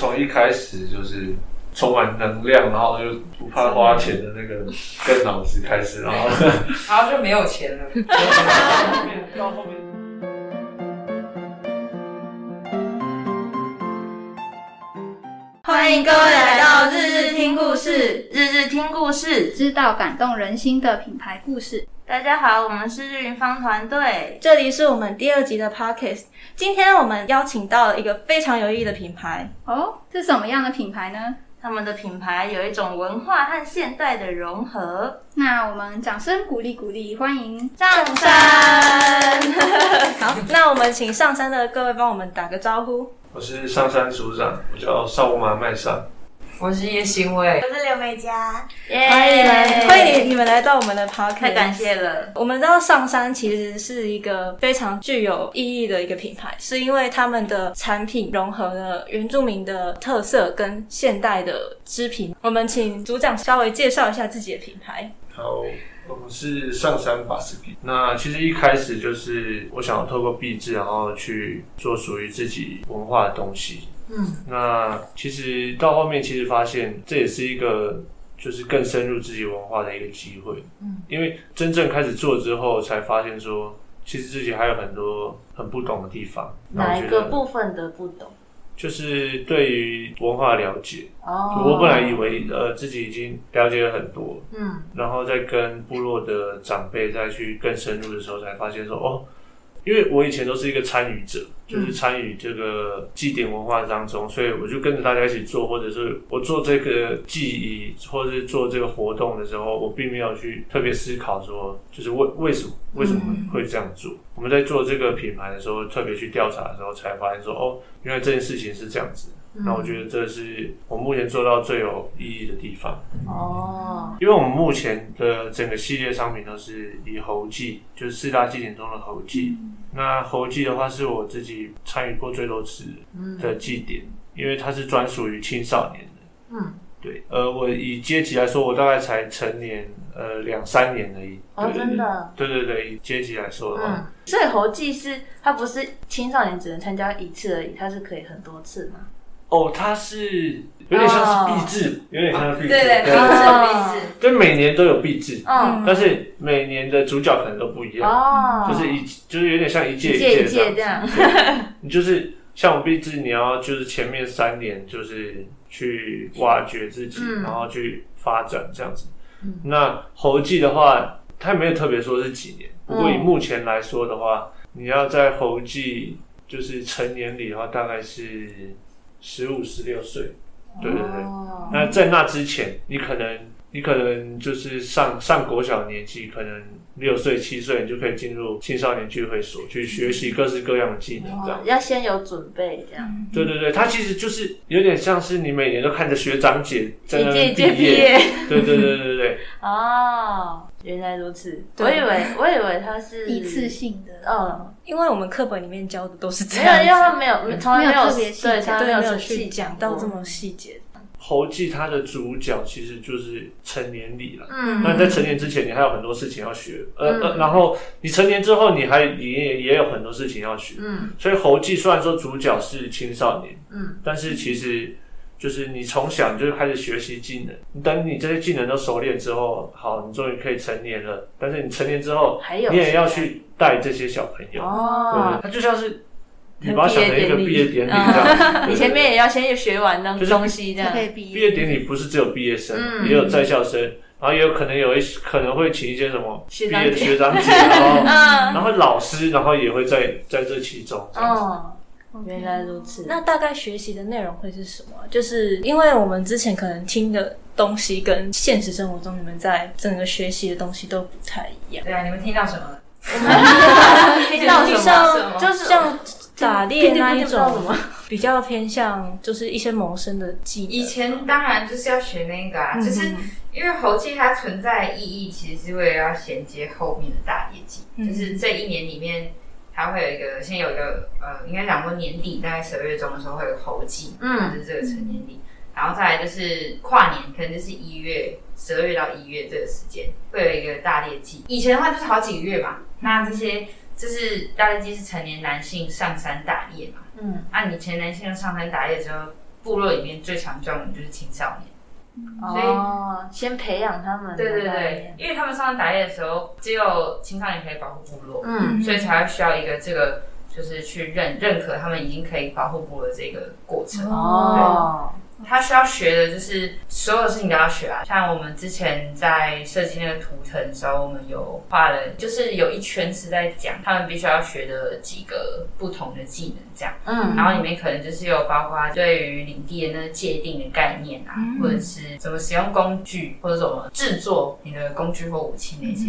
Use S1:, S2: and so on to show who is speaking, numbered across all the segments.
S1: 从一开始就是充满能量，然后又不怕花钱的那个跟老师开始，然后
S2: 然后就没有钱了。
S1: 后面到后面。
S3: 欢迎各位来到日日听故事，日日听故事。
S4: 知道感动人心的品牌故事。
S3: 大家好，我们是日云方团队，这里是我们第二集的 podcast。今天我们邀请到了一个非常有意义的品牌，
S4: 哦，是什么样的品牌呢？
S3: 他们的品牌有一种文化和现代的融合。
S4: 那我们掌声鼓励鼓励，欢迎。
S3: 上山， 好，那我们请上山的各位帮我们打个招呼。
S1: 我是上山组长，我叫少马麦上。
S2: 我是叶欣慰，
S5: 我是刘美嘉，
S3: 欢迎
S6: 哎
S3: 来，
S5: 欢
S3: 欢
S5: 迎
S3: 迎
S5: 你们来到我们的 podcast，
S3: 太感谢了。
S5: 我们知道上山其实是一个非常具有意义的一个品牌，是因为他们的产品融合了原住民的特色跟现代的织品。我们请组长稍微介绍一下自己的品牌。
S1: 好，我们是上山法斯比。那其实一开始就是我想要透过壁纸，然后去做属于自己文化的东西。嗯，那其实到后面其实发现这也是一个就是更深入自己文化的一个机会。嗯，因为真正开始做之后，才发现说其实自己还有很多很不懂的地方。
S6: 哪一
S1: 然后
S6: 个
S1: 我觉得
S6: 部分的不懂？
S1: 就是对于文化的了解。
S6: 哦
S1: 我本来以为呃自己已经了解了很多，
S6: 嗯，
S1: 然后再跟部落的长辈再去更深入的时候，才发现说哦，因为我以前都是一个参与
S6: 嗯
S1: 者，就是参与这个祭典文化当中，所以我就跟着大家一起做，或者是我做这个记忆，或者是做这个活动的时候，我并没有去特别思考说，就是为为什么为什么
S6: 嗯
S1: 会这样做。我们在做这个品牌的时候，特别去调查的时候，才发现说哦，原来这件事情是这样子。
S6: 嗯
S1: 那我觉得这是我目前做到最有意义的地方。
S6: 哦，
S1: 因为我们目前的整个系列商品都是以猴祭，就是四大祭典中的猴祭。
S6: 嗯
S1: 那猴祭的话，是我自己参与过最多次的祭典，因为它是专属于青少年的。
S6: 嗯，
S1: 对。呃，我以阶级来说，我大概才成年呃两三年而已。
S6: 哦，
S1: 对
S6: 真。的。
S1: 对对对，以阶级来说的话，
S6: 嗯，所以猴祭是它不是青少年只能参加一次而已，它是可以很多次嘛。
S1: 哦，它是有点像
S6: 哦
S1: 是币制，有点像是币制。
S2: 对对，
S1: 对
S2: 不是鼻子。
S1: 对每年都有币制，
S6: 嗯，
S1: 但是每年的主角可能都不一样。
S6: 哦，
S1: 就是一就是有点像一届
S6: 一届一
S1: 这样
S6: 届这样。
S1: 你就是像我毕制，你要就是前面三年就是去挖掘自己，
S6: 嗯
S1: 然后去发展这样子。
S6: 嗯
S1: 那猴祭的话，它没有特别说是几年，不过以
S6: 嗯
S1: 目前来说的话，你要在猴祭就是成年礼的话，大概是十五十六岁。对对对。
S6: 哦，
S1: 那在那之前，你可能你可能就是上上国小的年纪，可能六岁七岁，你就可以进入青少年聚会所去学习各式各样的技能，这样
S6: 哦。要先有准备这
S5: 嗯
S6: 样。
S1: 对对对，它其实就是有点像是你每年都看着学长姐在那边
S6: 一届一届
S1: 毕
S6: 毕
S1: 业。
S6: 业。
S1: 对对对对对，
S6: 哦，原来如此。
S5: 对
S6: 我以为我以为它是
S4: 一次。性的，
S6: 嗯，
S5: 因为我们课本里面教的都是这
S6: 没有，因为它
S5: 样子，
S6: 没有，从来
S4: 没有
S6: 没有
S4: 特别细
S6: 对，
S4: 讲
S6: 从来
S5: 对，没
S6: 有
S5: 有
S6: 细
S5: 去讲到
S6: 过
S5: 这么细节。
S1: 猴祭它的主角其实就是成年礼了。
S6: 嗯，
S1: 那在成年之前，你还有很多事情要学，呃呃，
S6: 嗯
S1: 然后你成年之后，你还你也也有很多事情要学，
S6: 嗯
S1: 所以猴记虽然说主角是青少年，
S6: 嗯，
S1: 但是其实就是你从小你就开始学习技能，你等你这些技能都熟练之后，好，你终于可以成年了。但是你成年之后，
S6: 还有
S1: 你也要去带这些小朋友，
S6: 哦
S1: 对，，它就像是你把它想成一个毕业典礼
S6: 嗯
S1: 这样。
S6: 你前面也要先学完那
S1: 就是
S6: 东西，这
S4: 就
S6: 样
S4: 可以毕
S1: 毕
S4: 业。
S1: 业典礼不是只有毕业生，
S6: 嗯
S1: 也有在校生，然后也有可能有一些可能会请一些什么毕
S6: 学
S1: 业
S6: 长
S1: 的
S6: 姐
S1: 学长姐，然后
S6: 嗯
S1: 然后老师，然后也会在在这其中这样子。
S6: 哦，原来如此。
S5: 嗯那大概学习的内容会是什么？就是因为我们之前可能听的东西跟现实生活中你们在整个学习的东西都不太一样。
S2: 对啊，你们听到什么了？
S6: 听到什
S2: 什
S6: 么？
S2: 么
S6: 就是哦
S5: 像打猎那一
S6: 听不到什
S5: 种
S6: 么，
S5: 比较偏向就是一些谋生的技能。
S2: 以前当然就是要学那个啊，
S5: 嗯
S2: 就是因为猴祭它存在的意义，其实是为了要衔接后面的大业绩，
S5: 嗯
S2: 就是这一年里面。它会有一个，先有一个，呃，应该讲说年底大概十二月中的时候会有猴祭，
S6: 嗯
S2: 就是这个成年礼，然后再来就是跨年，可能就是一月十二月到一月这个时间会有一个大猎季。以前的话就是好几个月嘛，那这些就是大猎季是成年男性上山打猎嘛，
S6: 嗯
S2: 啊，你前男性上山打猎之后，部落里面最常撞的就是青少年。所以
S6: 哦，先培养他们的
S2: 对对
S6: 概
S2: 对
S6: 念，，
S2: 因为他们上打猎的时候，只有青少年可以保护部落，
S6: 嗯，
S2: 所以才会需要一个这个，就是去认认可他们已经可以保护部落的这个过程。
S6: 哦，
S2: 他需要学的就是所有事情都要学啊，像我们之前在设计那个图腾的时候，我们有画了，就是有一圈是在讲他们必须要学的几个不同的技能这样。
S6: 嗯，
S2: 然后里面可能就是有包括对于领地的那个界定的概念啊，或者是怎么使用工具，或者怎么制作你的工具或武器那些。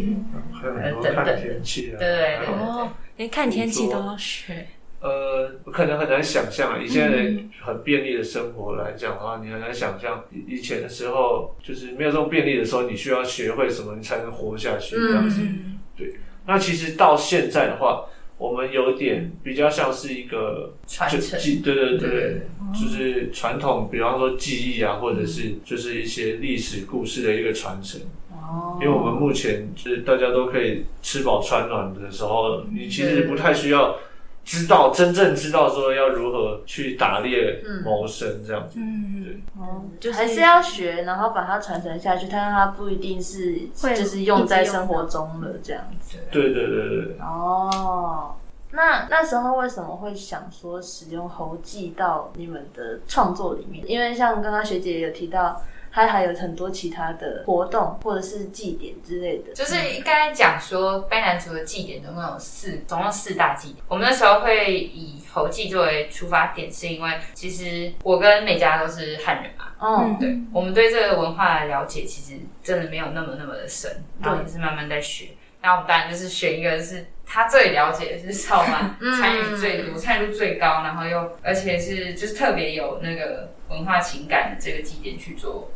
S1: 还有很多看天气啊，
S2: 对对对
S1: 还有
S5: 哦，连看天气都要学，
S1: 呃，可能很难想象啊，以现在人很便利的生活来讲的话，你很难想象以以前的时候，就是没有这种便利的时候，你需要学会什么，你才能活下去这
S6: 嗯
S1: 样子。
S5: 嗯
S1: 对，那其实到现在的话，我们有点比较像是一个
S2: 传
S1: 就
S2: 承
S1: 记，对对
S2: 对
S1: 对，就是传统，比方说记忆啊，或者是就是一些历史故事的一个传承。
S6: 哦
S1: 因为哎我们目前就是大家都可以吃饱穿暖的时
S2: 嗯
S1: 候，你其实不太需要知道真正知道说要如何去打猎
S6: 嗯
S1: 谋生这样子。
S5: 嗯，
S6: 哦
S5: 就是
S6: 还是要学，然后把它传承下去，但它不一定是
S4: 会
S6: 就是用在生活中了这样子。
S1: 对对对对对，
S6: 哦，那那时候为什么会想说使用猴记到你们的创作里面？因为像刚刚学姐有提到，它还有很多其他的活动或者是祭典之类的。
S2: 就是应该讲说卑南族的祭典总共有四，总共四大祭典。我们那时候会以猴祭作为出发点，是因为其实我跟美嘉都是汉人嘛，
S6: 哦，
S2: 对，
S4: 嗯
S2: 我们对这个文化的了解其实真的没有那么那么的深，然后
S6: 对
S2: 也是慢慢在学。那我们当然就是选一个是他最了解的是少曼，
S6: 嗯
S2: 参与最多、参与度最高，然后又而且是就是特别有那个文化情感的这个祭典去做，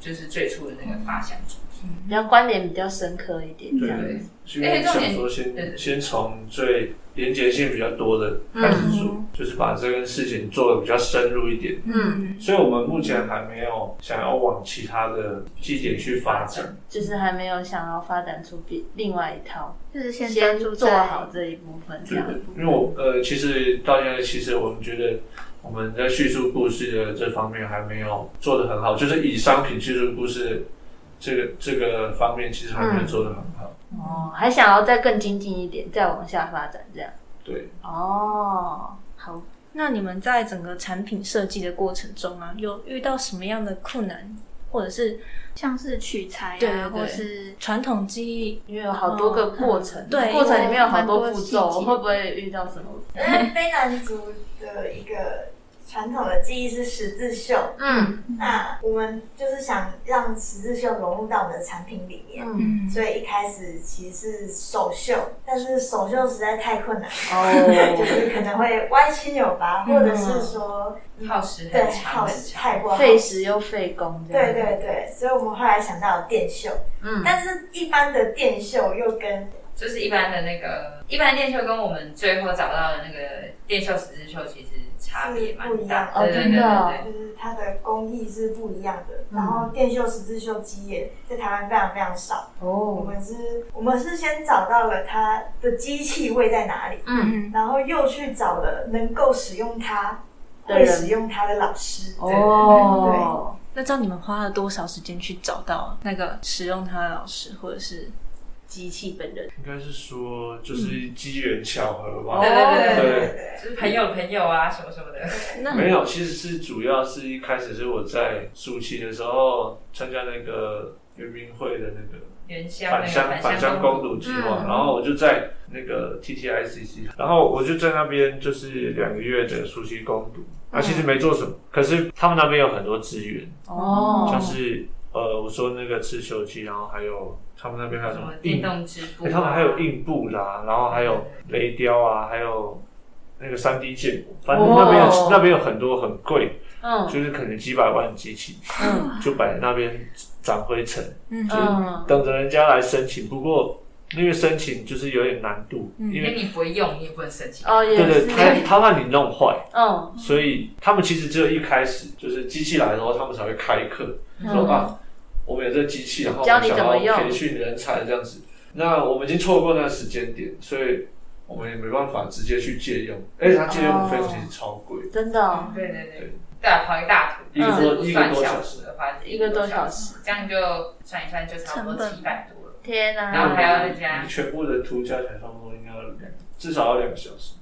S2: 就是最初的那个发想主题。
S6: 比较关联比较深刻一点这样
S1: 对
S6: 子。
S1: 所以我们想说先
S2: 对对嗯
S1: 先从最连结性比较多的开始做，就是把这件事情做的比较深入一点。
S6: 嗯，
S1: 所以我们目前还没有想要往其他的祭典去发展。
S6: 就是还没有想要发展出比另外一套，
S4: 就是先专
S6: 先
S4: 注
S6: 做
S4: 在嗯
S6: 好这一部分
S1: 对
S6: 这样子。，
S1: 因为我呃，其实到现在，其实我们觉得我们在叙述故事的这方面还没有做得很好，就是以商品叙述故事这个这个方面，其实还没有做得很好。
S6: 哦，还想要再更精进一点，再往下发展这样。
S1: 对，
S6: 哦，好，
S5: 那你们在整个产品设计的过程中啊，有遇到什么样的困难，或者是
S4: 像是取材啊，
S5: 对对对
S4: 或是
S5: 传统技艺？
S6: 因为有好多个过程，
S4: 嗯
S5: 对
S6: 过程里面有好多
S4: 蛮
S6: 步
S4: 多细
S6: 骤，
S4: 节
S6: 会不会遇到什么？
S7: 因为卑南族的一个传统的技艺是十字绣，
S6: 嗯
S7: 那我们就是想让十字绣融入到我们的产品里面。
S6: 嗯，
S7: 所以一开始其实是手绣，但是手绣实在太困难，就
S6: 哦，嗯
S7: 是可能会歪七扭八，或者是说
S2: 耗时
S7: 对
S2: 嗯很长
S7: 耗
S2: 很
S7: 时
S2: 长
S7: 太，过耗
S6: 费时又费工，这
S7: 对
S6: 样，
S7: 对对，所以我们后来想到电绣，
S6: 嗯，
S7: 但是一般的电绣又跟
S2: 就是一般的那个一般的电绣跟我们最后找到的那个电绣十字绣其实差别蛮大
S7: 是不
S6: 一样哦
S2: 对对对
S6: 真
S2: 对
S6: 的哦
S2: 对
S7: 就是它的工艺是不一样
S6: 嗯
S7: 的。然后电绣十字绣机也在台湾非常非常少，我
S6: 哦，
S7: 们是，我们是先找到了它的机器位在哪里，
S6: 嗯，
S7: 然后又去找了能够使用它、
S6: 的
S7: 会
S6: 人
S7: 使用它的老师。
S6: 哦，
S5: 那知道你们花了多少时间去找到那个使用它的老师，或者是
S6: 机器本人，
S1: 应该是说就是机缘巧合吧。
S2: 对对对对
S1: 对，
S2: 就是朋友的朋友啊什么什么的。
S5: 那
S1: 没有，其实是主要是一开始是我在暑期的时候参加那个圆明会的那个
S2: 原乡那
S1: 返
S2: 个
S1: 乡返乡公
S2: 路
S1: 路计划，
S6: 嗯
S1: 然后我就在那个 TTICC，然后我就在那边就是两个月的暑期攻读，那、
S2: 嗯
S1: 其实没做什么，可是他们那边有很多资源，像
S6: 哦，
S1: 是呃我说那个刺绣机，然后还有他们那边还有什
S2: 什
S1: 么
S2: 么电
S1: 印，哎
S2: 动啊织布、
S1: 嗯诶他们还有印布啦，然后还有雷雕啊，还有。那个三 D 建模，反正那边、
S6: 哦
S1: 那边有很多很贵，
S4: 哦
S6: 嗯
S1: 就是可能几百万的机器，
S6: 嗯
S1: 就摆在那边长灰尘。
S6: 嗯，
S1: 等着人家来申请。不过那个申请就是有点难度，因
S2: 因
S1: 为
S2: 为你不会用，你嗯也不能生气。
S6: 哦，也
S1: 对对，
S6: 是，
S1: 他他怕你弄坏，
S6: 嗯，
S1: 所以他们其实只有一开始就是机器来的时候，他们才会开课
S2: 嗯
S1: 说啊，我们有这机器，然后我
S6: 教
S1: 们
S6: 你怎么
S1: 想要
S6: 用
S1: 培训人才这样子。那我们已经错过那个时间点，所以我们也没办法直接去借用，而且他借用费用其实超贵。
S6: 真的哦，
S2: 对对对，对啊，跑一大途，
S1: 一个
S2: 就是
S1: 多
S2: 不
S1: 一个
S2: 算
S1: 多
S2: 小
S1: 小
S2: 时
S1: 时
S2: 的话，是
S6: 一个多小
S2: 时，这样就算一算就差不多
S4: 成本
S2: 七百多了。
S6: 天哪、
S2: 然后啊还要再加
S1: 你全部的图加起来差不多应该要两，至少要两个小时，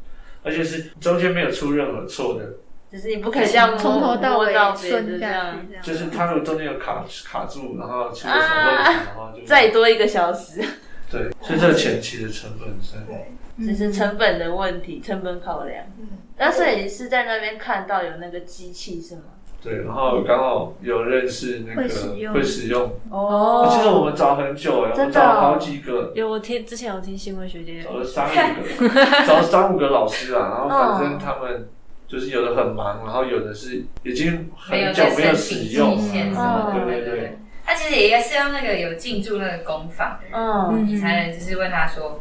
S1: 而且是中间没有出任何错的，
S6: 就是你不可以这样摸
S4: 从头到
S6: 嗯
S4: 尾
S6: 摸到尾
S4: 顺
S6: 就这
S4: 下去
S6: 样，
S4: 这样。
S1: 就是他如果中间有卡卡住，然后出了什么问题的话，就
S6: 再多一个小时，
S1: 对，所以这个前期的成本是
S7: 对，
S6: 就是成本的问题，成本考量。
S7: 嗯，
S6: 但是你是在那边看到有那个机器是吗？
S1: 对，然后刚好有认识那
S4: 会使用
S1: 个会使用，
S6: 哦
S1: 其实我们找很久哎，我
S6: 真
S1: 们找
S6: 的哦
S1: 了好几个。
S5: 有我听之前有听新闻学姐
S1: 找了三五个，找了三五个老师啊，然后反正他们就是有的很忙，然后有的是已经很久没有使用
S2: 没有在申请期限
S1: 了
S2: 什
S1: 啊，
S6: 么的
S1: 对对
S2: 对对
S1: 对，
S2: 他其实也应该是要那个有进驻那个工坊的人，
S6: 嗯
S2: 你才能就是问他说，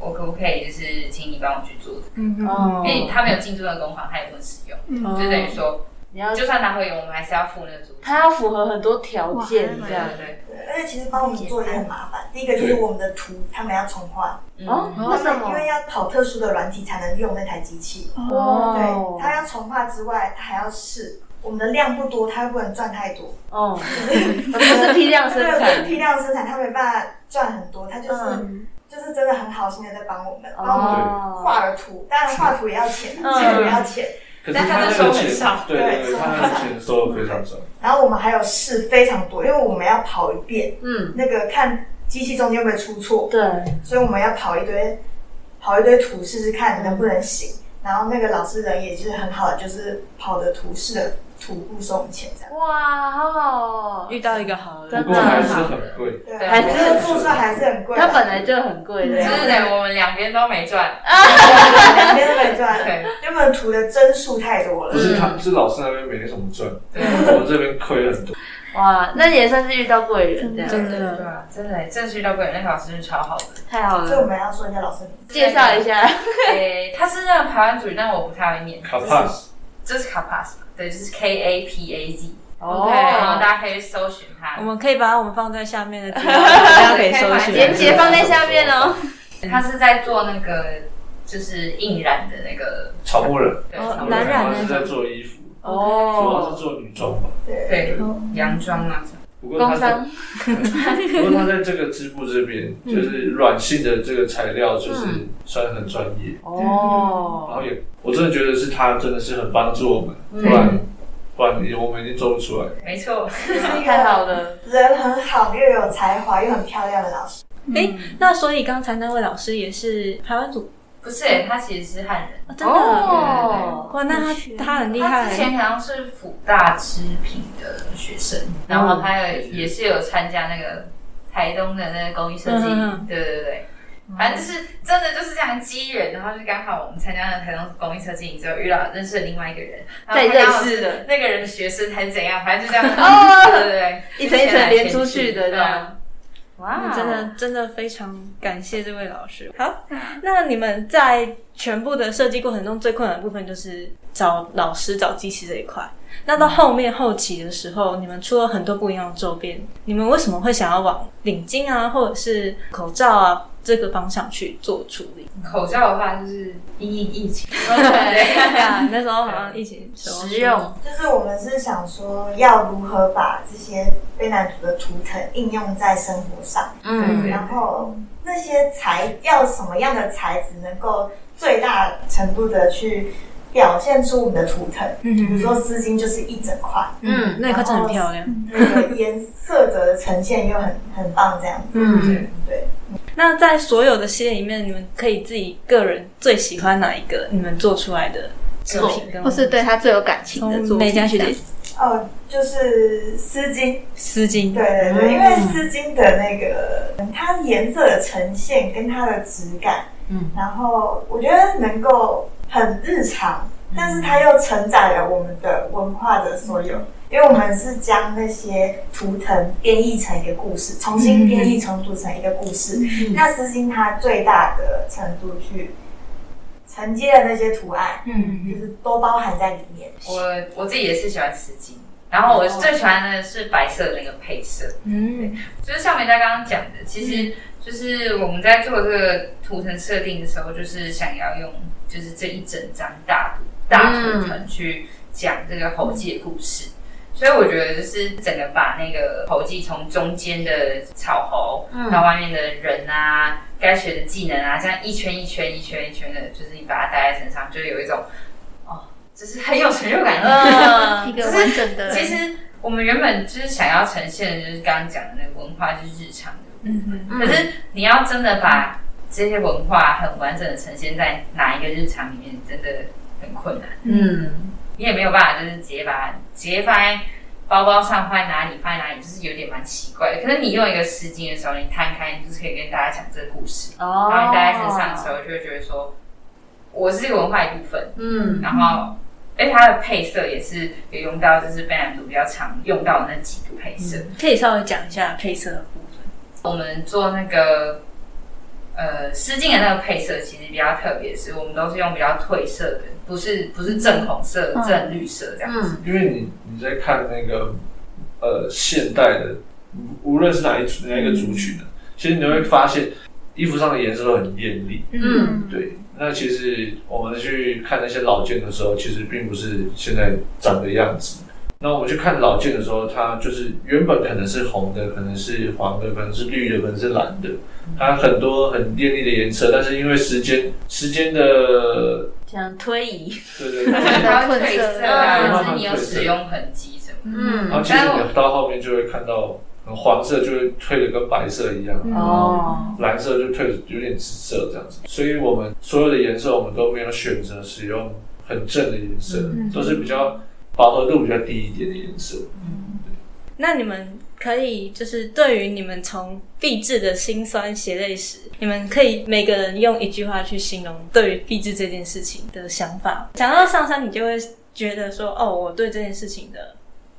S2: 我可不可以就是请你帮我去做？
S6: 哦
S2: 因为
S1: 嗯
S2: 他没有进驻那个工坊，他也不能使用，
S6: 哦
S4: 嗯
S2: 就等于说，
S6: 你要
S2: 就算他会用，我们还是要付那个租金。
S6: 它哦要符合很多条件
S4: 哇
S6: 这样
S2: 对。对
S7: 对，而且其实帮我们做也很麻烦。第一个就是我们的图，他们要重换，
S2: 对，
S6: 哦
S2: 嗯，
S7: 他们因为要跑特殊的软体才能用那台机器。
S6: 哦
S7: 对，他要重画之外，他还要试。我们的量不多，他又不能赚太多。
S6: 哦，不是批量生
S7: 对，我
S6: 产
S7: 们，批量生产，他没办法赚很多，他就是、就是真的很好心的在帮我们，帮我们
S6: 哦，
S7: 画了图，当然画图也要钱，这个也要钱。
S1: 可是
S2: 但他
S1: 那
S2: 的
S1: 个
S2: 收很
S1: 钱
S2: 少，
S1: 对对对，
S7: 对
S1: 他那个钱收的非常少，
S7: 然后我们还有试非常多，因为我们要跑一遍，
S6: 嗯，
S7: 那个看机器中间有没有出错，
S6: 对，
S7: 所以我们要跑一堆跑一堆图试试看能不能行。然后那个老师人也就是很好的，就是跑的图试的图不收我们钱这样。
S6: 哇，好好哦，
S5: 遇到一个好
S1: 不
S5: 的，
S1: 过还是很贵。
S7: 对，
S6: 还
S7: 我
S6: 是
S7: 们的宿舍还是很贵啦，
S6: 它本来就很贵的
S2: 就，是等于我们两边都没赚，
S7: 两边都 没 赚，
S2: 对
S7: 因为我们图的帧数太多了
S1: 不。是他，是老师那边没什么赚，
S2: 对
S1: 我们这边亏很多。
S6: 哇，那也算是遇到贵人这样，
S5: 真
S2: 对
S5: 的
S2: 啊，真的，正式遇到贵人，那个老师是超好的。
S6: 太好
S7: 所以我
S6: 了。
S7: 们要说一下老师名字，
S6: 介绍一下，
S2: 诶、他是那个台湾主语，但我不太会念。
S1: 卡 pass，
S2: 就是 Kapaz，嘛对，就是 K A P A Z。
S6: 哦
S2: 对，然后大家可以搜寻他
S5: 我。们可以把我们放在下面的资料，大家可以搜寻。
S6: 连接放在下面哦。
S2: 他是在做那个就是印染的那个，
S1: 草木人，
S2: 对，
S5: 哦
S2: 差不多
S5: 蓝染
S1: 我
S5: 那
S1: 是
S5: 种
S1: 在做衣服，主要
S6: 哦
S1: 是，做女装吧。
S7: 对，
S2: 对，
S5: 哦
S2: 洋装啊什么。
S1: 不过
S6: 工
S1: 他在
S6: 商，
S1: 不过他在这个织布这边，就是软性的这个材料，就是
S6: 嗯
S1: 算很专业。然
S6: 哦，
S1: 后也，我真的觉得是他真的是很帮助我们，
S6: 嗯
S1: 不然不然我们一定做不出来。
S2: 没错，
S7: 就是一
S6: 太好
S7: 个
S6: 了，
S7: 人很好又有才华又很漂亮的老师。
S5: 哎，那所以刚才那位老师也是台湾组，
S2: 不是耶，他其实是汉人。
S5: 哦真的
S6: 哦，
S5: 哇，那他他很厉
S2: 他之
S5: 害，
S2: 前好像是辅大织品的学生，然后他有也是有参加那个台东的那个公益设计
S5: 嗯嗯，
S2: 对对对。反正就是真的就是这样机缘，然后就刚好我们参加了台东公益设计营之后，遇到认识了另外一个人，然
S6: 再
S2: 后看
S6: 认
S2: 到
S6: 识的，
S2: 那个人的学生还是怎样，反正就这 样，对对对，
S6: 一层一层连出去的这样，
S5: 嗯
S6: 哇
S5: 真的真的非常感谢这位老师。好，那你们在全部的设计过程中最困难的部分就是找老师、找机器这一块。那到后面后期的时候，你们出了很多不一样的周边，你们为什么会想要往领巾啊，或者是口罩啊这个方向去做处理？
S2: 对口罩的话就是因应疫 情，
S5: 对
S2: 对，
S5: 啊，那时候好像一起
S6: 实用，
S7: 就是我们是想说，要如何把这些卑南族的图腾应用在生活上，
S6: 嗯，
S7: 然后那些材要什么样的材质能够最大程度的去表现出我们的图腾。比如说丝巾就是一整块，
S6: 嗯
S5: 那一块真的很漂亮。
S7: 那个颜色泽的呈现又很很棒，这样子。
S6: 嗯，
S7: 对，
S5: 那在所有的系列里面，你们可以自己个人最喜欢哪一个？你们做出来的作品跟
S4: 或是对他最有感情的作
S5: 从
S4: 品。
S5: 美嘉学姐
S7: 哦，就是丝巾，
S5: 丝巾，
S7: 对对对，因为丝巾的那个嗯它颜色的呈现跟它的质感，
S6: 嗯，
S7: 然后我觉得能够很日常，但是它又承载了我们的文化的所有。因为我们是将那些图腾编译成一个故事，重新编译重组成一个故事。那丝巾它最大的程度去承接了那些图案，嗯，就是都包含在里面。
S2: 我我自己也是喜欢丝巾，然后我最喜欢的是白色的那个配色，
S5: 嗯，
S2: 就是像美嘉刚刚讲的，其实就是我们在做这个图腾设定的时候，就是想要用就是这一整张大图大图腾去讲这个猴记的故事。所以我觉得就是整个把那个猴记从中间的草猴，
S6: 嗯
S2: 到外面的人啊，该学的技能啊，这样一圈一圈一圈一圈的，就是你把它带在身上，就有一种哦，就是很有成就感。
S4: 嗯，一个
S2: 就是
S4: 完整的，
S2: 其实我们原本就是想要呈现的，就是刚刚讲的那个文化，就是日常的
S5: 嗯
S2: 可是你要真的把这些文化很完整的呈现在哪一个日常里面，真的很困难。
S6: 嗯，
S2: 你也没有办法，就是直接把它直接放在包包上，放在哪里，放在哪里，就是有点蛮奇怪的。可是你用一个湿巾的时候，你摊开，你就是可以跟大家讲这个故事，
S6: 哦，
S2: 然后你戴在身上的时候，就会觉得说，我是这个文化一部分。
S6: 嗯，
S2: 然后，哎，它的配色也是有用到，就是贝兰族比较常用到的那几个配色。
S5: 可以稍微讲一下配色的部分。
S2: 我们做那个呃丝巾的那个配色，其实比较特别，是我们都是用比较褪色的，不是不是正红色、
S6: 嗯
S2: 正绿色这样子。
S1: 因为你你在看那个呃现代的，无无论是哪一族哪
S6: 嗯
S1: 一个族群的、其实你会发现衣服上的颜色都很艳丽。
S6: 嗯
S1: 对，那其实我们去看那些老件的时候，其实并不是现在长的样子。那我们去看老件的时候，它就是原本可能是红的，可能是黄的，可能是绿的，可能是蓝的，它很多很艳丽的颜色，但是因为时间时间的，
S6: 想推移，
S1: 对对
S5: 嗯
S1: 对，
S2: 它会褪色
S6: 嗯
S2: 啊，或者是你有使用痕迹什么。
S1: 然后
S6: 嗯，
S1: 其实你到后面就会看到黄色就会退的跟白色一样，
S6: 哦，
S1: 蓝色就退有点紫色这样子，所以我们所有的颜色我们都没有选择使用很正的颜色，都是比较饱和度比较低一点的颜色。
S5: 那你们可以就是对于你们从毕制的辛酸血泪史，你们可以每个人用一句话去形容对于毕制这件事情的想法。讲到上山，你就会觉得说，哦，我对这件事情的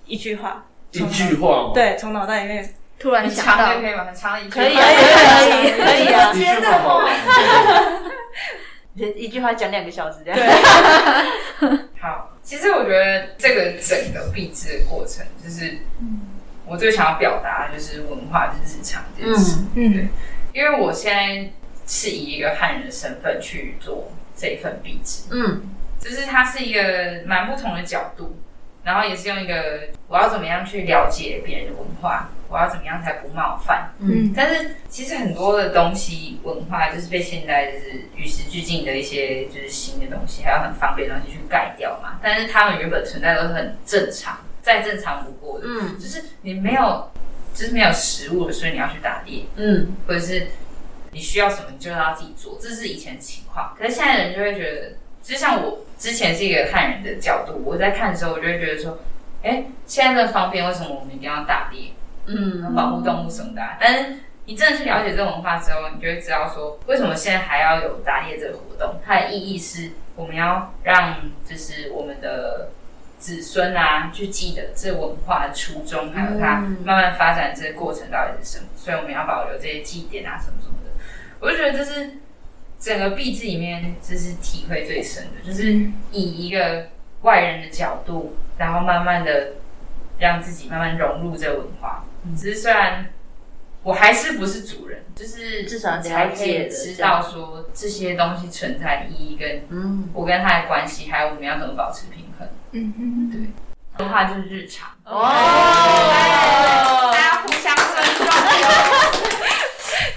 S5: 一句话，
S1: 一句话嘛，
S5: 对，从脑袋里面
S4: 突然
S2: 很
S4: 想
S2: 长
S4: 到
S2: 的，可以吗？很长的一句
S5: 可以
S2: 话
S5: 可以可以啊，
S1: 一句话嘛，
S6: 一句话讲两个小时这样，
S2: 好，其实我觉得这个整个壁纸的过程，就是我最想要表达的就是文化就是日常这件事。
S5: 嗯
S2: 因为我现在是以一个汉人的身份去做这一份壁纸，
S6: 嗯
S2: 就是它是一个蛮不同的角度，然后也是用一个我要怎么样去了解别人的文化，我要怎么样才不冒犯。
S6: 嗯
S2: 但是其实很多的东西文化就是被现代就是与时俱进的一些就是新的东西，还有很方便的东西去盖掉嘛。但是他们原本存在都是很正常，再正常不过的，
S6: 嗯
S2: 就是你没有就是没有食物了，所以你要去打猎。
S6: 嗯
S2: 或者是你需要什么，你就要自己做，这是以前的情况。可是现在人就会觉得，就像我之前是一个汉人的角度，我在看的时候，我就会觉得说，哎、现在这么方便，为什么我们一定要打猎、
S6: 嗯
S2: 保护动物什么的、啊？但是你真的去了解这种文化之后，你就会知道说，为什么现在还要有打猎这个活动？它的意义是我们要让就是我们的子孙啊去记得这文化的初衷，还有它
S6: 嗯
S2: 慢慢发展这个过程到底是什么，所以我们要保留这些祭典啊什么什么的。我就觉得这是整个壁纸里面，这是体会最深
S6: 嗯
S2: 的，就是以一个外人的角度，然后慢慢的让自己慢慢融入这个文化。
S6: 嗯
S2: 只是虽然我还是不是主人，就是
S6: 至少了解
S2: 才可以
S6: 了
S2: 知
S6: 这
S2: 道
S6: 样
S2: 说这些东西存在的意义跟
S6: 嗯，
S2: 我跟他的关系，还有我们要怎么保持平衡。嗯嗯，对。文化就是日常，
S6: 哦，
S2: 大家互相 尊重。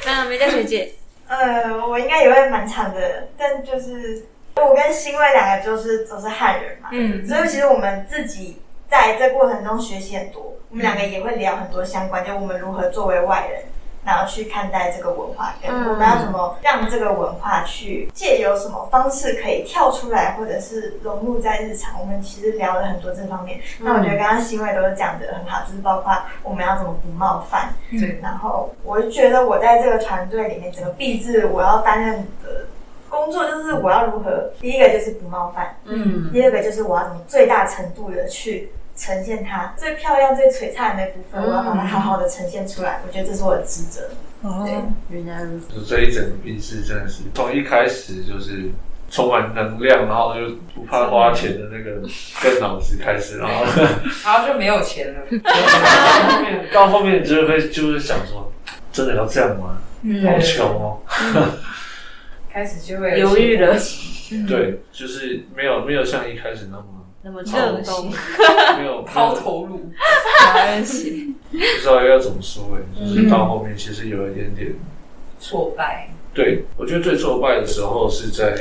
S5: 那梅佳学姐，
S7: 呃，我应该也会蛮惨的，但就是我跟欣慰两个就是都是汉人嘛，
S5: 嗯
S7: 所以其实我们自己在这过程中学习很多，我们两个也会聊很多相关，就我们如何作为外人。然后去看待这个文化，跟
S6: 嗯
S7: 我们要怎么让这个文化去借由什么方式可以跳出来，或者是融入在日常。我们其实聊了很多这方面。那我觉得刚刚欣慰都讲的很好，就是包括我们要怎么不冒犯，
S2: 对，
S7: 然后我就觉得我在这个团队里面，整个毕制我要担任的工作就是我要如何，第一个就是不冒犯，
S6: 嗯
S7: 第二个就是我要怎么最大程度的去呈现它最漂亮、最璀璨的那部分，我要把它好好的呈现出来。我觉得这是我的职责。
S5: 哦，
S6: 原来如此，
S1: 就这一整个壁纸真的是从一开始就是充满能量，然后又不怕花钱的那个跟脑子开始，然后
S2: 然后就没有钱了。
S1: 到后面到后面你就会就是想说，真的要这样吗？好穷哦。
S2: 开始就会
S6: 犹豫了
S2: 了。
S1: 对，就是没有没有像一开始那么
S6: 那么
S5: 热
S6: 冲
S5: 心
S6: 动。
S1: 没有
S2: 抛头 颅，
S5: 感恩心，
S1: 不知道要怎么说哎、就是到后面其实有一点点，
S2: 挫败，
S1: 对我觉得最挫败的时候是在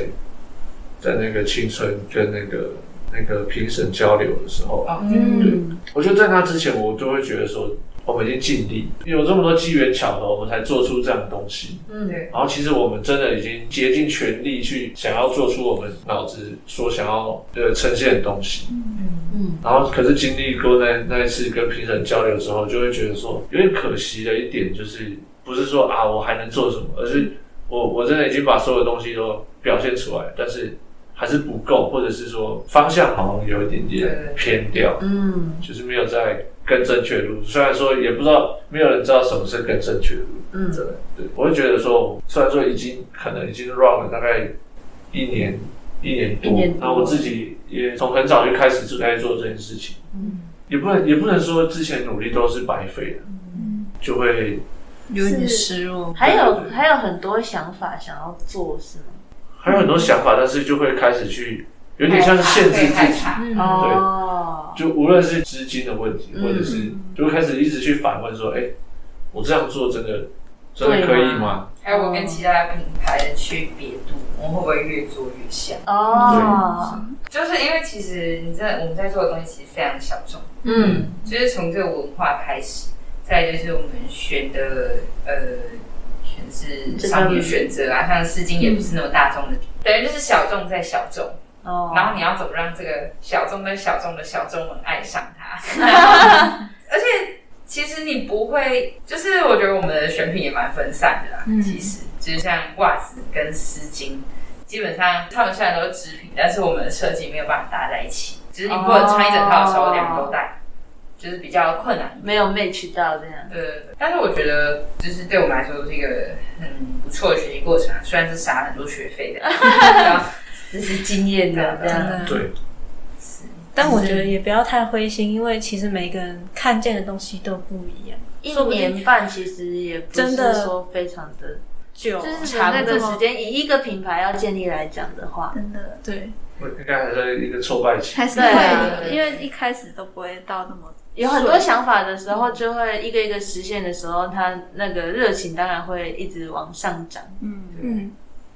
S1: 在那个青春跟那个那个评审交流的时候，
S2: 哦
S6: 嗯，
S1: 我觉得在那之前我都会觉得说我们已经尽力，有这么多机缘巧合，我们才做出这样的东西。
S6: 嗯
S2: 对，
S1: 然后其实我们真的已经竭尽全力去想要做出我们脑子所想要呃呈现的东西。
S6: 嗯，
S1: 然后可是经历过那那一次跟评审交流之后，就会觉得说有点可惜的一点就是，不是说啊我还能做什么，而是我我真的已经把所有东西都表现出来，但是还是不够，或者是说方向好像有一点点偏掉，
S6: 嗯，
S1: 就是没有在更正确的路。虽然说也不知道，没有人知道什么是更正确的路。
S6: 嗯，
S1: 对，我会觉得说，虽然说已经可能已经 run 了大概一年一年多
S6: 一年，多
S1: 然后我自己也从很早就开始就在做这件事情，
S6: 嗯，
S1: 也不能也不能说之前努力都是白费的，就会
S5: 有
S6: 点
S5: 失落。
S6: 还有还有很多想法想要做是吗？
S1: 还有很多想法，但是就会开始去有点像是限制
S2: 害
S1: 自己，
S2: 怕，
S5: 嗯，
S6: 哦，
S1: 就无论是资金的问题，
S6: 嗯
S1: 或者是就会开始一直去反问说，哎，我这样做真的真的可以
S6: 对
S1: 吗？
S2: 还有我跟其他品牌的区别度，我们会不会越做越像？
S6: 哦，
S2: 就是因为其实你在我们在做的东西其实非常小众，
S6: 嗯
S2: 就是从这个文化开始，再来就是我们选的呃选是商业选择啊，像丝巾也不是那么大众
S6: 嗯
S2: 的，等于就是小众在小众，
S6: 哦，
S2: 然后你要怎么让这个小众跟小众的小众们爱上它？ 而且其实你不会，就是我觉得我们的选品也蛮分散的啦。
S6: 嗯
S2: 其实就是像袜子跟丝巾，基本上它们虽然都是织品，但是我们的设计没有办法搭在一起，就是你不能穿一整套的时候
S6: 哦
S2: 两个都戴，就是比较困难。
S6: 没有 match 到这样，
S2: 对对对，但是我觉得就是对我们来说是一个很不错的学习过程啊，虽然是傻很多学费 的，啊然后
S6: 这是经验
S2: 啊
S6: 的这
S5: 嗯
S6: 样，
S1: 对，
S5: 但我觉得也不要太灰心，因为其实每个人看见的东西都不一样。
S6: 一年半其实也不是
S5: 真的
S6: 说非常的，
S5: 就
S6: 就是
S5: 长
S6: 人在这
S5: 这
S6: 时
S5: 么
S6: 间以一个品牌要建立来讲的话，
S4: 真的
S5: 对，
S1: 我应该还在一个挫败期，
S4: 还是
S6: 对
S4: 会
S6: 啊
S4: 的，因为一开始都不会到那么
S6: 有很多想法的时候，就会一个一个实现的时候，它那个热情当然会一直往上涨。
S4: 嗯，
S5: 嗯，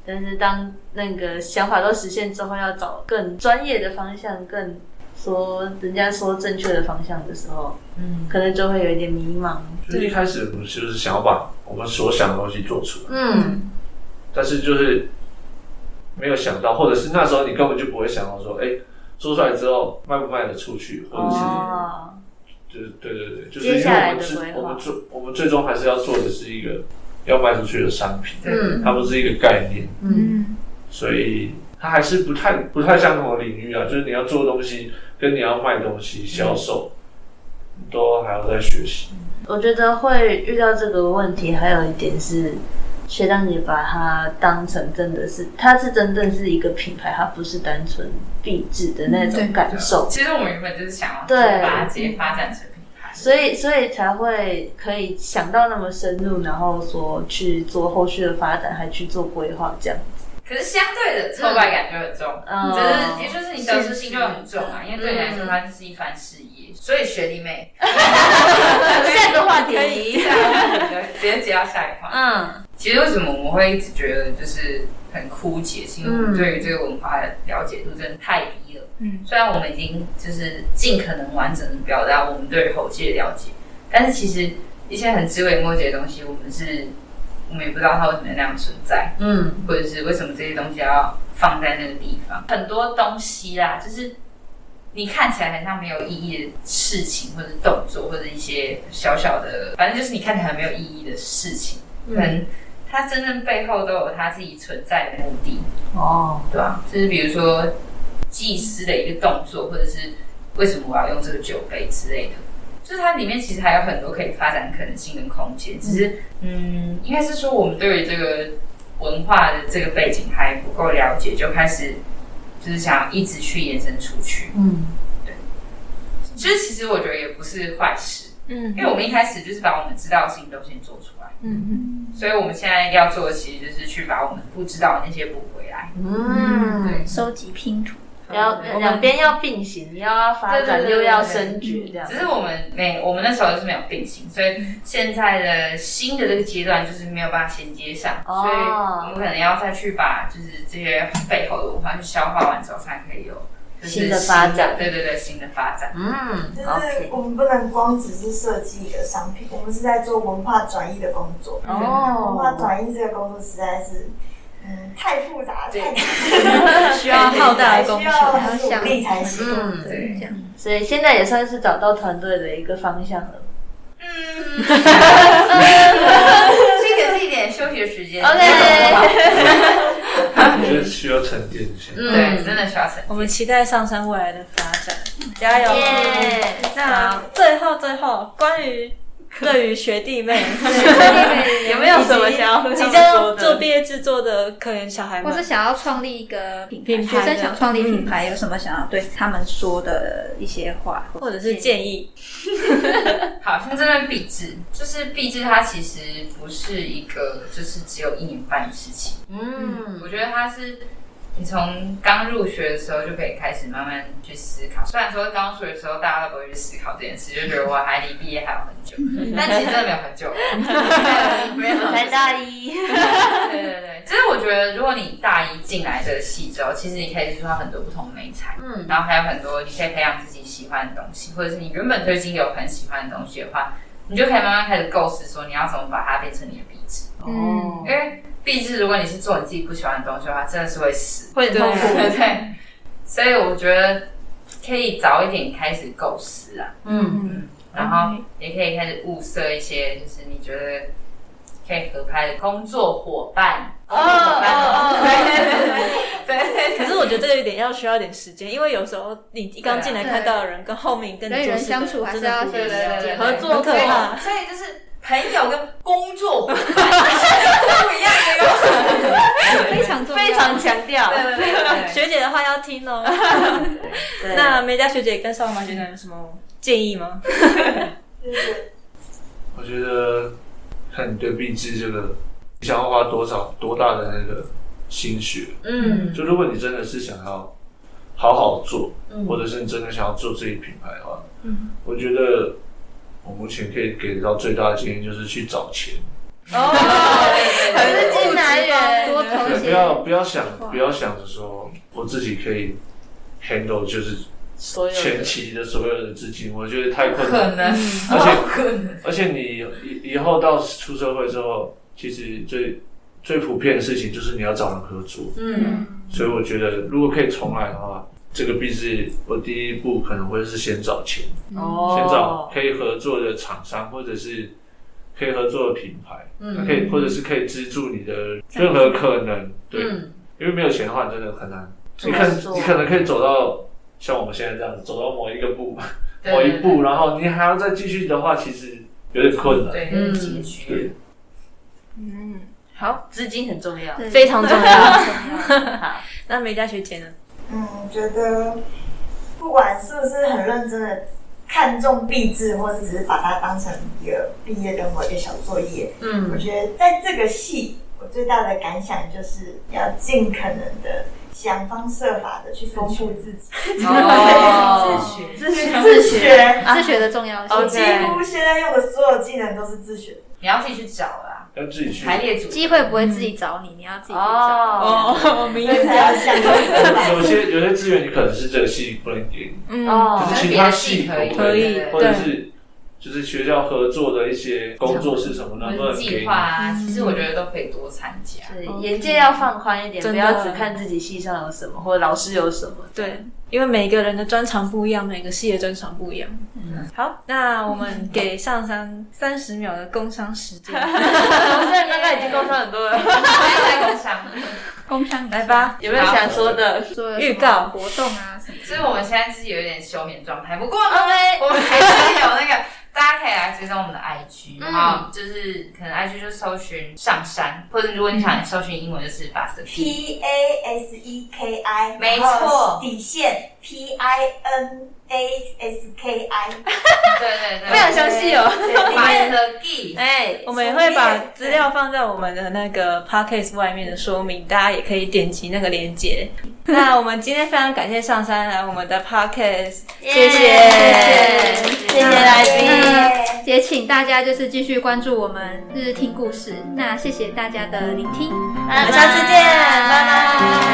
S6: 但是当那个想法都实现之后，要找更专业的方向，更说人家说正确的方向的时候，
S2: 嗯，
S6: 可能就会有一点迷茫。
S1: 就是一开始我们就是想要把我们所想的东西做出来。
S6: 嗯，
S1: 但是就是没有想到，或者是那时候你根本就不会想到说，哎、做出来之后卖不卖得出去，或者是、
S6: 哦，
S1: 就是对对对，就是因
S6: 接
S1: 为
S6: 下来
S1: 我们
S6: 的
S1: 最
S6: 规划
S1: 我们最我们最终还是要做的是一个要卖出去的商品，
S6: 嗯
S1: 它不是一个概念，
S6: 嗯，
S1: 所以它还是不太不太相同的领域啊，就是你要做东西跟你要卖东西销售。都还要在学习，
S6: 我觉得会遇到这个问题，还有一点是。学长姐把它当成真的是，它是真正是一个品牌，它不是单纯壁纸的那种感受。
S2: 其实我们原本就是想要
S6: 对
S2: 把它直接发展成品牌，
S6: 所以所以才会可以想到那么深入，然后说去做后续的发展，还去做规划这样。
S2: 可是相对的挫败感就很重，
S6: 嗯
S2: 只是也就是你得失心就很重啊，因为对你来说它就是一番事业，所以学弟妹，
S6: 下个
S5: 嗯
S6: 话题，
S2: 对直接接到下一话。
S6: 嗯
S2: 其实为什么我们会一直觉得就是很枯竭，是因为我们对于这个文化的了解度真的太低了。
S5: 嗯，
S2: 虽然我们已经就是尽可能完整的表达我们对于猴记的了解，但是其实一些很枝微末节的东西，我们是我们也不知道它为什么那样存在。
S6: 嗯
S2: 或者是为什么这些东西要放在那个地方？很多东西啦，就是你看起来很像没有意义的事情，或者动作，或者一些小小的，反正就是你看起来很没有意义的事情，可能它真正背后都有它自己存在的目的，
S6: 哦，
S2: 对吧、就是比如说祭司的一个动作，或者是为什么我要用这个酒杯之类的。就是它里面其实还有很多可以发展可能性跟空间，只是嗯，应该是说我们对于这个文化的这个背景还不够了解，就开始就是想要一直去延伸出去。
S6: 嗯
S2: 就是其实我觉得也不是坏事，
S5: 嗯
S2: 因为我们一开始就是把我们知道的事情都先做出来，
S5: 嗯
S2: 所以我们现在要做的其实就是去把我们不知道的那些补回来。
S6: 嗯，
S2: 对，
S4: 收集拼图，
S6: 要
S2: 对我们
S6: 两边要并行，又要发
S2: 对对
S6: 展
S2: 对对
S6: 又要
S2: 对
S6: 升觉这样
S2: 只。是我们没，我们那时候是没有并行，所以现在的新的这个阶段就是没有办法衔接上，
S6: 哦
S2: 所以我们可能要再去把就是这些背后的文化去消化完之后，才可以有就是
S6: 新的发展
S2: 对对对，新的发展。
S6: 嗯
S7: 就是
S6: ，OK，
S7: 我们不能光只是设计一个商品，我们是在做文化转移的工作。文化
S6: 哦，
S7: 转移这个工作实在是，嗯，太复杂，
S2: 对
S7: 太
S5: 需要浩大的工
S7: 需
S5: 程。
S7: 要很努力才行。
S6: 嗯，
S2: 对，
S6: 所以现在也算是找到团队的一个方向了。
S2: 这个是一点休息时间。
S6: 嗯 OK 嗯
S1: 我觉得需要沉淀一下。
S2: 对，真的需要成。
S5: 我们期待上山未来的发展，加油！
S6: 耶，
S5: 那最后最后，关于对于学弟 妹
S4: 对
S5: 有没有什么
S4: 以及
S5: 想要即
S4: 即
S5: 将
S4: 将
S5: 做
S4: 做
S5: 毕业制作的可怜小孩
S4: 或是
S5: 们？
S4: 想要创立一个品牌，
S5: 品牌的
S4: 学生想创立品牌，有什么想要对他们说的一些话，
S5: 或者是建议，
S2: 好，像这边毕制，就是毕制，它其实不是一个就是只有一年半的事情。
S6: 嗯
S2: 我觉得它是你从刚入学的时候就可以开始慢慢去思考。虽然说刚入学的时候大家都不会去思考这件事，就觉得我还离毕业还有很 久，但其实真的没有很久，没有
S6: 才大一，
S2: 对对对，其实我觉得，如果你大一进来这个系之后，其实你可以接触到很多不同的美材，
S6: 嗯
S2: 然后还有很多你可以培养自己喜欢的东西，或者是你原本就已经有很喜欢的东西的话，你就可以慢慢开始构思说你要怎么把它变成你的壁纸，
S6: 哦
S2: 因，为壁纸如果你是做你自己不喜欢的东西的话，真的是会死，
S6: 会很痛苦，
S2: 对对，所以我觉得可以早一点开始构思啊，
S6: 嗯
S2: 然后也可以开始物色一些，就是你觉得可以合拍的工作伙伴。哦
S6: 哦哦
S2: 对对
S5: 可是我觉得这个有点要需要点时间，因为有时候你一刚进来
S4: 对
S5: 看到的人，跟后面跟你
S4: 人
S5: 做
S4: 与人
S5: 事的
S4: 相处还是
S5: 真的
S4: 要
S5: 不一
S4: 学
S5: 样
S4: 习时
S2: 对
S4: 间
S5: 合作可
S2: 对
S5: 怕。
S2: 所以就是朋友跟工作伙伴是不一样的哟。
S4: 非常重要，
S6: 非常强调，
S2: 对对对对，
S5: 学姐的话要听 哦。
S6: 对
S5: 那梅佳学姐跟少马学长有什么建议吗？
S7: 就是
S1: 我觉得看你对壁纸这个，你想要花多少多大的那个心血。
S6: 嗯
S1: 就如果你真的是想要好好做，
S6: 嗯
S1: 或者是你真的想要做自己品牌的话，嗯，我觉得我目前可以给到最大的建议就是去找钱，
S6: 哦 是进来人
S4: 多投
S1: 对，
S4: 一
S1: 不
S4: 些
S1: 要不要想不要想着说我自己可以 handle 就是
S6: 所有的
S1: 前期的所有的资金，我觉得太困
S2: 可
S1: 难，
S2: 能，
S1: 而且
S2: 可能，
S1: 而且你以以后到出社会之后，其实最最普遍的事情就是你要找人合作，
S6: 嗯
S1: 所以我觉得如果可以重来的话，这个必是我第一步可能会是先找钱，
S6: 哦
S1: 先找可以合作的厂商或者是可以合作的品牌，它可以或者是可以资助你的任何可能，对，
S6: 嗯
S1: 因为没有钱的话你真的很难，
S6: 做
S1: 你可
S6: 做
S1: 你可能可以走到。像我们现在这样子走到某一个步，
S2: 对
S1: 某一步，然后你还要再继续的话，其实有点困难。
S2: 对，
S6: 嗯
S2: 拮据，
S5: 嗯，
S6: 好，资金很重要，
S4: 对
S5: 非常重要。
S6: 好，
S5: 那梅佳学姐呢？
S7: 嗯，觉得不管是不是很认真的看重毕制，或者只是把它当成一个毕业的某一个小作业，我
S6: 嗯
S7: 觉得在这个戏，我最大的感想就是要尽可能的想方设法的去丰富自己，
S6: 哦
S2: 自学，
S7: 自学自学。
S4: 自学的重要性。
S7: 几乎现在用的所有技能都是自学的，
S2: 你要自己去找啦，
S1: 要自己去，
S2: 排列组合
S4: 机会不会自己找你，你要自己去找。
S6: 哦
S5: 哦，明
S7: 所以才要想方设法。
S1: 有些有些资源你可能是这个系不能给你，
S5: 嗯，
S6: 哦
S1: 可是其他系统
S5: 可以
S2: 对
S1: 或者是就是学校合作的一些工作是什么，能不
S2: 或
S1: 能
S2: 是
S1: 给
S2: 计
S1: 你
S2: 划？啊，其实我觉得都可以多参加。
S6: 是眼界要放宽一点，
S5: 哦真
S6: 不
S5: 的
S6: 要只看自己系上有什么，或者老师有什么。
S5: 对，因为每个人的专长不一样，每个系的专长不一样。
S6: 嗯
S5: 好，那我们给上山三十秒的工商时 间，
S6: 我虽然刚刚已经工伤很多了，
S2: 在工商，
S4: 工商
S5: 来，吧。
S6: 有没有想说的？
S4: 做
S5: 预告
S4: 活动啊什么 的。
S2: 所以我们现在就是有一点休眠状态，不过呢，
S4: 哦哎
S2: 我们还是有那个，大家可以来追踪我们的 IG，然
S4: 嗯
S2: 后就是可能 IG 就搜寻上山，或者如果你
S4: 嗯
S2: 想搜寻英文就是 b u s P，
S7: P A S E K I，
S2: 没错
S7: 然后底线 P I N A S K I，
S2: 对对对，
S6: 非常详细哦。
S2: b u s P，
S6: 哎，
S5: 我们也会把资料放在我们的那个 podcast 外面的说明，大家也可以点击那个链接。那我们今天非常感谢上山来我们的 podcast，
S3: 谢谢谢谢来宾。
S4: 那也请大家就是继续关注我们日日听故事。那谢谢大家的聆听，
S3: 我们下次见，拜拜。